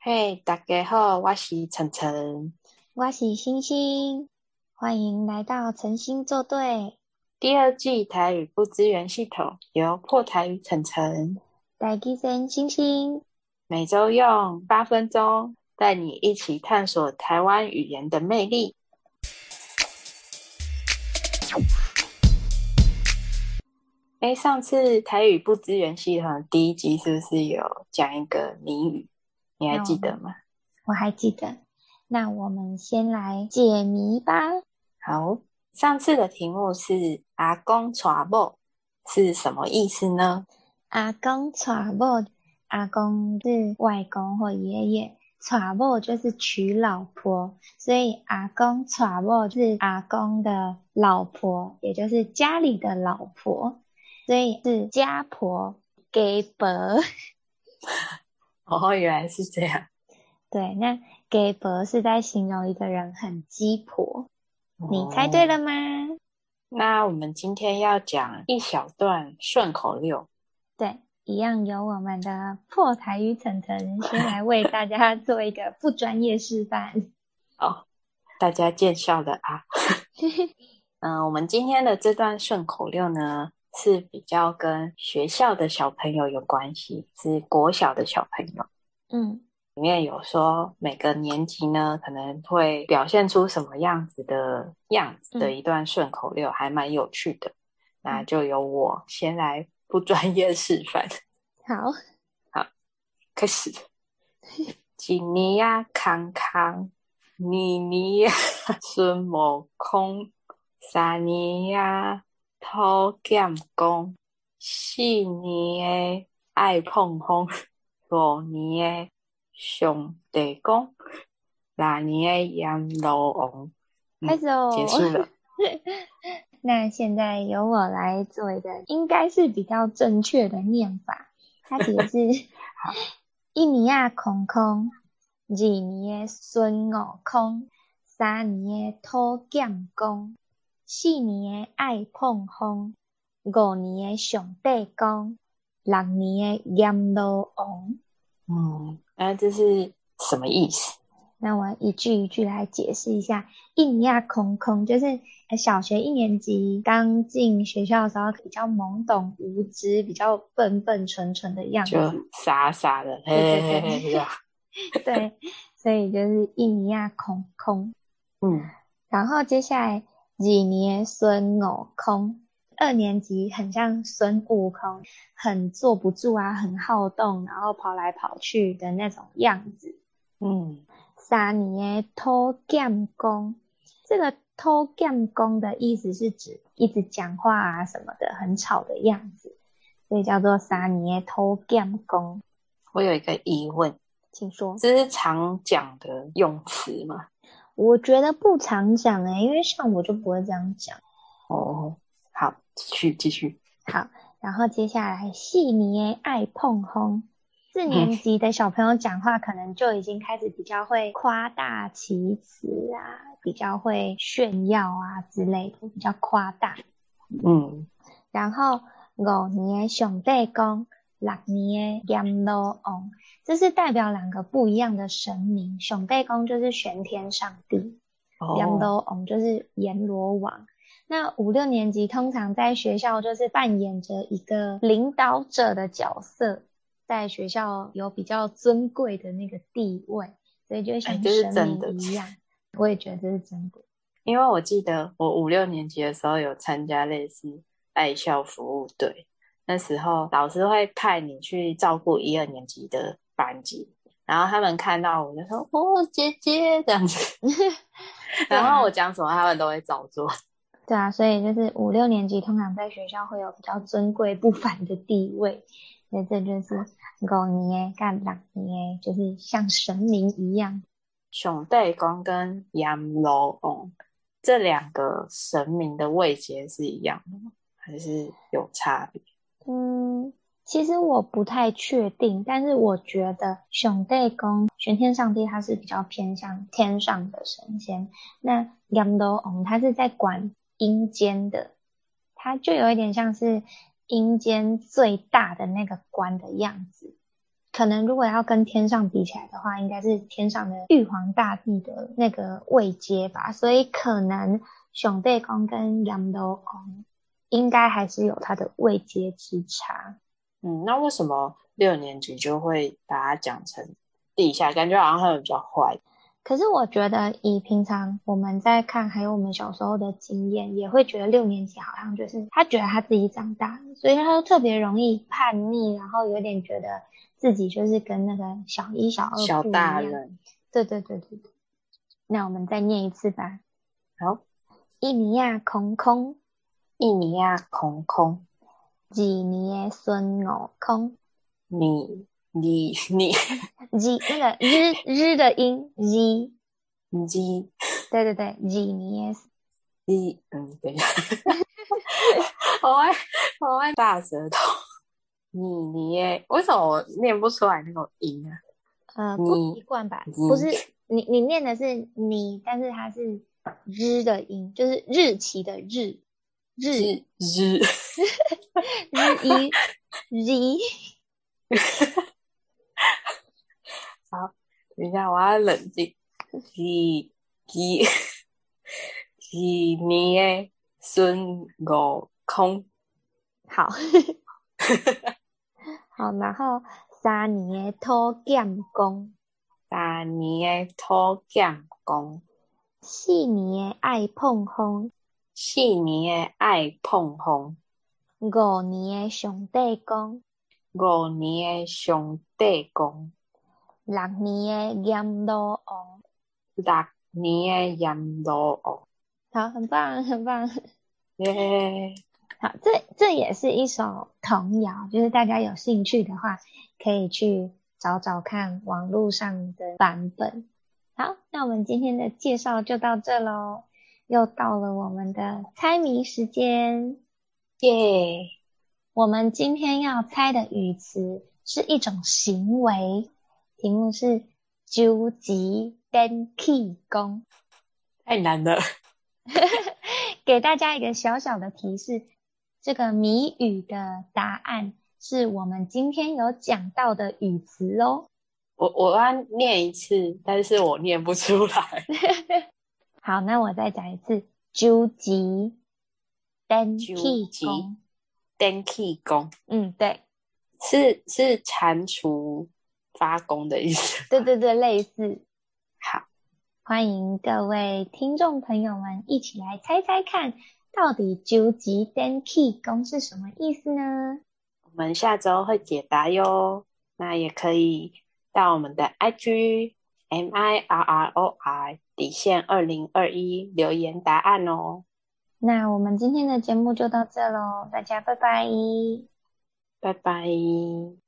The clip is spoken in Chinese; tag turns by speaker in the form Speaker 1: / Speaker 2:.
Speaker 1: 嘿，大家好，我是晨晨。
Speaker 2: 我是星星，欢迎来到诚心作对，
Speaker 1: 第二季台语不支援系统由破台语晨晨
Speaker 2: 大吉生星星。
Speaker 1: 每周用八分钟带你一起探索台湾语言的魅力。哎，上次台语不支援系统第一集是不是有讲一个谜语？你还记得吗？
Speaker 2: 我还记得。那我们先来解谜吧。
Speaker 1: 好，上次的题目是“阿公娶某”是什么意思呢？
Speaker 2: 阿公娶某，阿公是外公或爷爷，娶某就是娶老婆，所以阿公娶某是阿公的老婆，也就是家里的老婆，所以是家婆给伯。
Speaker 1: 哦，原来是这样。
Speaker 2: 对，那给伯是在形容一个人很鸡婆。你猜对
Speaker 1: 哦。
Speaker 2: 了吗？
Speaker 1: 那我们今天要讲一小段顺口溜。
Speaker 2: 对，一样由我们的破台语晨晨先来为大家 做一个不专业示范。
Speaker 1: 哦，大家见笑了啊。 嗯、我们今天的这段顺口溜呢，是比较跟学校的小朋友有关系，是国小的小朋友。
Speaker 2: 嗯，
Speaker 1: 里面有说每个年级呢，可能会表现出什么样子的样子的
Speaker 2: 嗯
Speaker 1: 一段顺口溜，还蛮有趣的。那
Speaker 2: 嗯
Speaker 1: 就由我先来不专业示范，
Speaker 2: 好，
Speaker 1: 开始。啊吉尼亚康康，尼尼亚孙悟空，三尼亚讨剑公，四尼的爱碰风，五尼的上地公，六尼的阎罗王。嗯
Speaker 2: 开始哦。
Speaker 1: 结束了。
Speaker 2: 那现在由我来做一个，应该是比较正确的念法。它其实是
Speaker 1: 好
Speaker 2: 一年啊空空，二年的孙悟空，三年的土剑公，四年的爱碰风，五年的上帝公，六年的阎罗王。
Speaker 1: 嗯，那这是什么意思？
Speaker 2: 那我一句一句来解释一下。印尼亚啊空空就是呃小学一年级刚进学校的时候比较懵懂无知、比较笨笨蠢蠢的样
Speaker 1: 就
Speaker 2: 子。
Speaker 1: 傻傻的，嘿
Speaker 2: 对
Speaker 1: 嘿
Speaker 2: 对对
Speaker 1: 嘿嘿，这样
Speaker 2: 对，所以就是印尼亚空空。
Speaker 1: 嗯，
Speaker 2: 然后接下来几年孙悟空，二年级很像孙悟空，很坐不住啊，很好动，然后跑来跑去的那种样子。
Speaker 1: 嗯，
Speaker 2: 三年的偷剑功，这个偷剑功的意思是指一直讲话啊什么的，很吵的样子，所以叫做三年的偷剑功。
Speaker 1: 我有一个疑问，
Speaker 2: 请说，
Speaker 1: 这是常讲的用词吗？
Speaker 2: 我觉得不常讲欸诶、因为像我就不会这样讲。
Speaker 1: 哦，好，继续继续。
Speaker 2: 好，然后接下来细泥爱碰轰。四年级的小朋友讲话可能就已经开始比较会夸大其词啊，比较会炫耀啊之类的，比较夸大。
Speaker 1: 嗯，
Speaker 2: 然后五年的上帝公，六年的阎罗王，这是代表两个不一样的神明。上帝公就是玄天上帝，阎
Speaker 1: 哦，
Speaker 2: 罗王就是阎罗王。那五六年级通常在学校就是扮演着一个领导者的角色，在学校有比较尊贵的那个地位，所以就
Speaker 1: 哎，
Speaker 2: 像
Speaker 1: 这是
Speaker 2: 神
Speaker 1: 真的
Speaker 2: 明，一样。我也觉得这是真的。
Speaker 1: 因为我记得我五六年级的时候有参加类似爱校服务队，那时候老师会派你去照顾一二年级的班级，然后他们看到我就说：“哦，姐姐这样子。”然后我讲什么，他们都会照做。
Speaker 2: 对啊，所以就是五六年级通常在学校会有比较尊贵不凡的地位，所以这就是五年干六年，就是像神明一样。
Speaker 1: 熊代公跟阎罗王这两个神明的位阶是一样的吗？还是有差别？
Speaker 2: 嗯，其实我不太确定，但是我觉得熊代公玄天上帝他是比较偏向天上的神仙，那阎罗王他是在管阴间的，他就有一点像是阴间最大的那个官的样子。可能如果要跟天上比起来的话，应该是天上的玉皇大帝的那个位阶吧，所以可能熊背公跟羊头公应该还是有它的位阶之差。
Speaker 1: 嗯，那为什么六年级就会把它讲成地下？感觉好像他们比较坏。
Speaker 2: 可是我觉得，以平常我们在看，还有我们小时候的经验，也会觉得六年级好像就是他觉得他自己长大了，所以他就特别容易叛逆，然后有点觉得自己就是跟那个小一、小二
Speaker 1: 小
Speaker 2: 不一
Speaker 1: 大
Speaker 2: 样
Speaker 1: 人，
Speaker 2: 对对对对对。那我们再念一次吧。
Speaker 1: 好，
Speaker 2: 一年啊，空空，
Speaker 1: 一年啊，空空，
Speaker 2: 二年的孙悟空，
Speaker 1: 你你你
Speaker 2: 日那个日日的音日，
Speaker 1: 你
Speaker 2: 对对对，二年的
Speaker 1: 你，嗯，等一下，好爱好爱大舌头。你你耶，为什么我念不出来那个音啊？
Speaker 2: 呃不
Speaker 1: 你
Speaker 2: 习惯吧？
Speaker 1: 你
Speaker 2: 不是你你念的是你，但是它是日的音，就是日期的日，日
Speaker 1: 日日
Speaker 2: 日一日。
Speaker 1: 等一下，我要冷静。几 几几年的孙悟空，
Speaker 2: 好，好，然后三年的土建公，
Speaker 1: 三年的土建公，
Speaker 2: 四年的爱碰风，
Speaker 1: 四年的爱碰风，
Speaker 2: 五年的上帝公，
Speaker 1: 五年的上帝公，
Speaker 2: 六年的阎罗王。
Speaker 1: 六年的阎罗王。
Speaker 2: 好，很棒，很棒。
Speaker 1: 耶！
Speaker 2: 好，这这也是一首童谣，就是大家有兴趣的话，可以去找找看网络上的版本。好，那我们今天的介绍就到这喽，又到了我们的猜谜时间。
Speaker 1: 耶！
Speaker 2: 我们今天要猜的语词是一种行为，题目是“究极 den k 功
Speaker 1: 太难了。”。
Speaker 2: 给大家一个小小的提示，这个谜语的答案是我们今天有讲到的语词哦。
Speaker 1: 我我要念一次，但是我念不出来。
Speaker 2: 好，那我再讲一次：“究极 den
Speaker 1: 究
Speaker 2: k
Speaker 1: 极
Speaker 2: 功。
Speaker 1: 天气公”
Speaker 2: 嗯，对，
Speaker 1: 是是蟾蜍发功的意思。
Speaker 2: 对对对，类似。
Speaker 1: 好。
Speaker 2: 欢迎各位听众朋友们一起来猜猜看，到底“究极 den key 宫”是什么意思呢？
Speaker 1: 我们下周会解答哟。那也可以到我们的 IG M I R R O R 底线二零二一留言答案哦。
Speaker 2: 那我们今天的节目就到这喽，大家拜拜。
Speaker 1: 拜拜。